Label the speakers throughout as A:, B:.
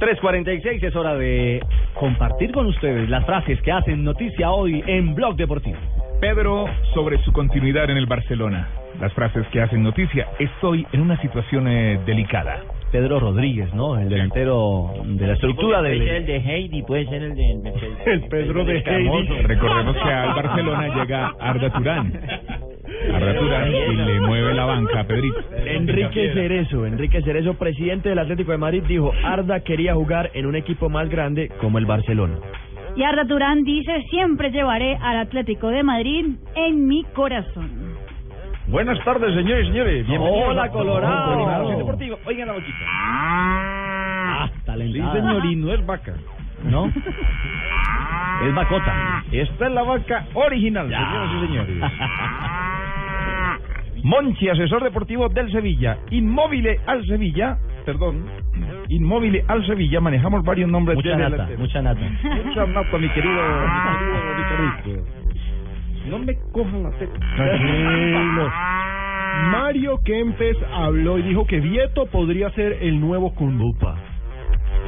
A: 3.46 es hora de compartir con ustedes las frases que hacen noticia hoy en Blog Deportivo.
B: Pedro sobre su continuidad en el Barcelona. Las frases que hacen noticia. Estoy en una situación eh, delicada.
A: Pedro Rodríguez, ¿no? El delantero de la estructura
C: Puede ser
A: del...
C: el de Heidi, puede ser el de... El,
A: El Pedro de
C: Camoso.
A: Heidi.
B: Recordemos que al Barcelona llega Arda Turán. Arda Turán y le mueve la banca a Pedrito.
D: Enrique Cerezo, Enrique Cerezo, presidente del Atlético de Madrid, dijo, Arda quería jugar en un equipo más grande como el Barcelona.
E: Y Arda Turán dice, siempre llevaré al Atlético de Madrid en mi corazón.
D: Buenas tardes, señores y señores.
A: Hola, Colorado.
D: Deportivo. Oigan la boquita.
A: Ah, talentada.
D: y no Ah. es vaca.
A: ¿No? Es Bacota.
D: Esta es la vaca original,
A: Ya.
D: señoras y Ah. Monchi, asesor deportivo del Sevilla. Inmóvil al Sevilla. Perdón. Inmóvil al Sevilla. Manejamos varios nombres.
A: mucha
D: de
A: nata,
D: delanteros.
A: mucha nata.
D: Mucha nata, mi querido,
B: Ah.
D: mi querido Ricardito. No me cojan la teta.
F: Tranquilos. Mario Kempes habló y dijo que Vieto podría ser el nuevo Kundupa.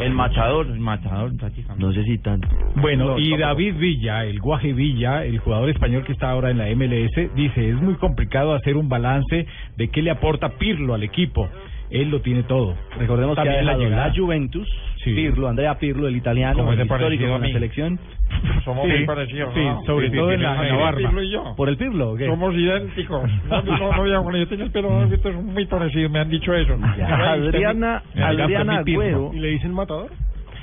C: El matador, el matador, prácticamente.
D: No sé si tanto.
F: Bueno, y David Villa, el Guaje Villa, el jugador español que está ahora en la MLS, dice, es muy complicado hacer un balance de qué le aporta Pirlo al equipo. Él lo tiene todo.
A: Recordemos que ha
F: También la
A: dejado la,
F: llegada.
A: Juventus,
F: Sí.
A: Pirlo, Andrea Pirlo, el italiano,
B: Como
A: el
B: ese
A: histórico
B: parecido a
A: con la
B: mí.
A: selección.
B: Somos
F: Sí,
B: muy parecidos,
F: sí,
B: ¿no?
F: sobre
B: Sí,
F: todo
B: sí,
F: en la
B: sí,
F: gabarra.
B: Pirlo y yo.
A: ¿Por el Pirlo o qué?
F: Somos
B: idénticos.
F: No, no, no,
B: yo tenía el pelo largo, es muy parecido, me han dicho eso.
D: Adriana, Adriana Agüero,
F: ¿Y le dicen matador?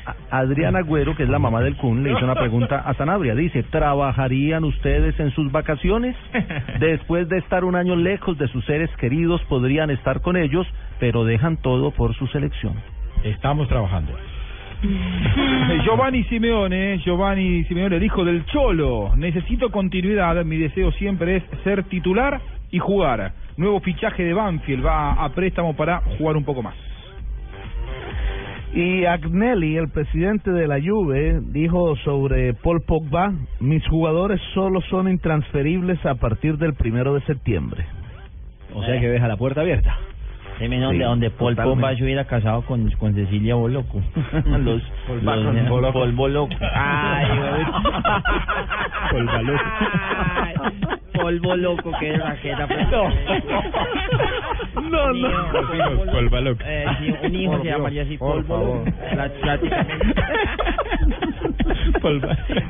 D: a- Adriana Agüero, que es la mamá del Kun, le hizo una pregunta a Sanabria. Dice, ¿trabajarían ustedes en sus vacaciones? Después de estar un año lejos de sus seres queridos, podrían estar con ellos, pero dejan todo por su selección.
F: Estamos trabajando.
B: Giovanni Simeone, Giovanni Simeone, el hijo del Cholo. Necesito continuidad, mi deseo siempre es ser titular y jugar. Nuevo fichaje de Banfield, va a préstamo para jugar un poco más.
G: Y Agnelli, el presidente de la Juve, dijo sobre Paul Pogba, mis jugadores solo son intransferibles a partir del primero de septiembre.
A: O sea que deja la puerta abierta.
C: Deme donde, donde Paul
G: totalmente.
C: Pogba se hubiera casado con, con Cecilia Boloco. los,
B: Pogba con Boloco.
C: Paul Boloco. Ay, güey.
A: Pogba loco.
C: Ay, Paul Boloco, qué raqueta. pues.
A: No,
C: Ni-
A: no.
C: Paul Boloco. Eh, si un hijo
B: Por
C: se
B: Dios,
C: llamaría así,
B: por
C: Paul Boloco.
B: favor.
C: Prácticamente.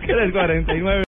A: 349.